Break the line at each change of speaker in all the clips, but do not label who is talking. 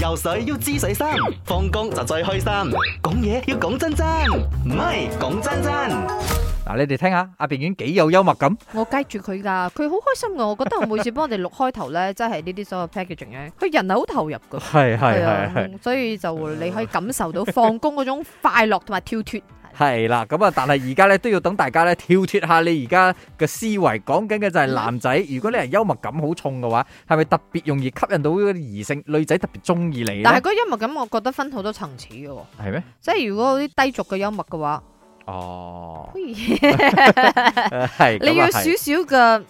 游水要知水深，放工就最開心。講嘢要講真真，唔係講真真。
嗱，你哋聽下阿平遠幾有幽默感，
我計住佢㗎，佢好開心㗎。我覺得我每次幫我哋錄開頭咧，真係呢 啲所有 packaging 咧，佢人係好投入㗎。
係係
係啊，所以就你可以感受到放工嗰種快樂同埋跳脱。
係啦，咁啊，但係而家咧都要等大家咧跳脱下你而家嘅思維，講緊嘅就係男仔，如果你係幽默感好重嘅話，係咪特別容易吸引到嗰啲異性女仔特別中意你咧？
但係嗰幽默感，我覺得分好多層次嘅喎。
係咩？
即係如果嗰啲低俗嘅幽默嘅話，
哦，
嘿
係
你
咁啊
要
係
少少嘅，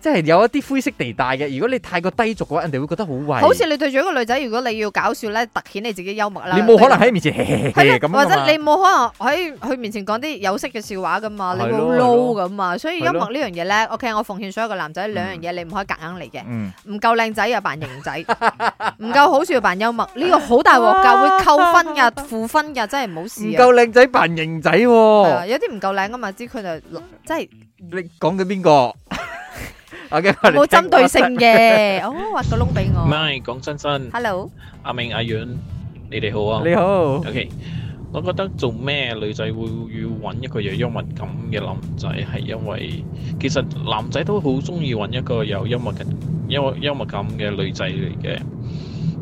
即係有一啲灰色地帶嘅。如果你太過低俗嘅話，人哋會覺得好畏。
好似你對住一個女仔，如果你要搞笑咧，凸顯你自己幽默啦。
你冇可能喺 面前嘿
係
嘿
啦
咁
或
啊
者
嘛
你冇可能喺佢面前講啲有色嘅笑話噶嘛，你
係
會
咯
好
係咯
low 噶嘛，所以
係
音
咯
樂呢樣嘢咧，OK，我奉勸所有嘅男仔兩樣嘢，你唔可以夾硬嚟嘅，
嗯，
唔夠靚仔又扮型仔， 唔夠好笑又扮幽默，呢個好大鑊噶，會扣 分噶、負分噶，真係唔好
唔
試啊！
夠靚仔扮型仔
係啊
喎。
有啲唔夠靚噶嘛，知佢就 即係
你講緊邊個 ？OK，我哋
冇針對
聽
性嘅，哦，挖個窿俾
唔
我。
係講真真，
Hello，
阿明阿遠，你哋好啊。
你好，
OK，我覺得做咩女仔會要揾一個有幽默感嘅男仔，係因為其實男仔都好中意揾一個有幽默感、幽幽默感嘅女仔嚟嘅，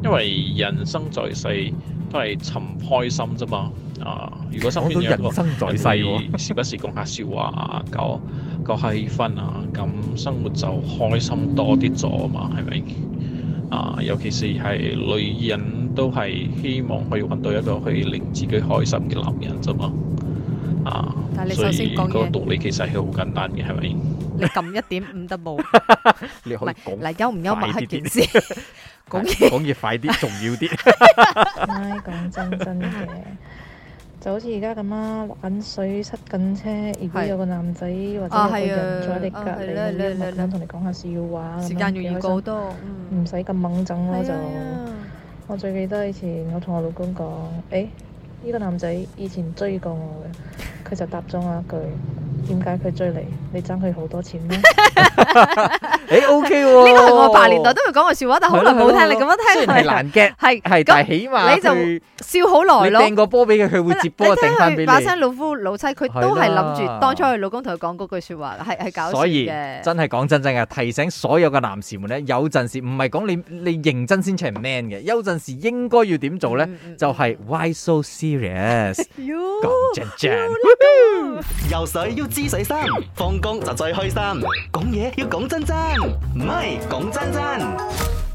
因為人生在世都係尋開心啫嘛。啊，如果身
講
邊有
到
一個
人生在世喎。
你時不時講下笑話啊，搞搞下氣氛啊，咁生活就開心多啲咗嘛，係咪？啊，尤其是係女人都係希望可以揾到一個可以令自己開心嘅男人啫嘛。啊
但係，你
所
首先
以
講
個
嘢
道理其實係好簡單嘅，係咪？
你撳一點五 得冇？唔
你可以
係
講
嗱，幽唔幽默
快啲
係件
啲
事， 講嘢。
講嘢快啲，重要 啲。
唉，講真真嘅，就好似而家咁啦，玩水塞緊車，如果
係
有個男仔或
啊
者有個人坐喺
係
你隔
啊啊係
離，
啦
好幽默
啦啦
咁同你講下笑話，
時
咁
間
樣
要
幾
預告
開心
好多，嗯
唔，使咁掹整咯就
係。啊
我最記得以前我同我老公講，誒呢個男仔以前追過我嘅，佢就答咗我一句：點解佢追你？你爭佢好多錢咩？
誒 OK 喎，
呢個係我爸年代都會講嘅笑話，但好耐冇聽你咁樣
雖然
聽
係
佢，
難 get，
係
係但係起碼
你就
佢
笑好耐
你
咯。
掟個波俾佢，佢會接波
你聽
掟翻俾
佢把
你。
聲老夫老妻，佢
係
都係
啦
諗住當初佢老公同佢講嗰句説話，係係搞笑
所以
嘅。
真係講真真嘅，提醒所有嘅男士們咧，有陣時唔係講你你認真先至係 man 嘅，有陣時應該要點做咧，
嗯嗯
就係 why so serious
喲
講真真。
游水要知水深，放工就最開心。講嘢要講真真，唔係講真真。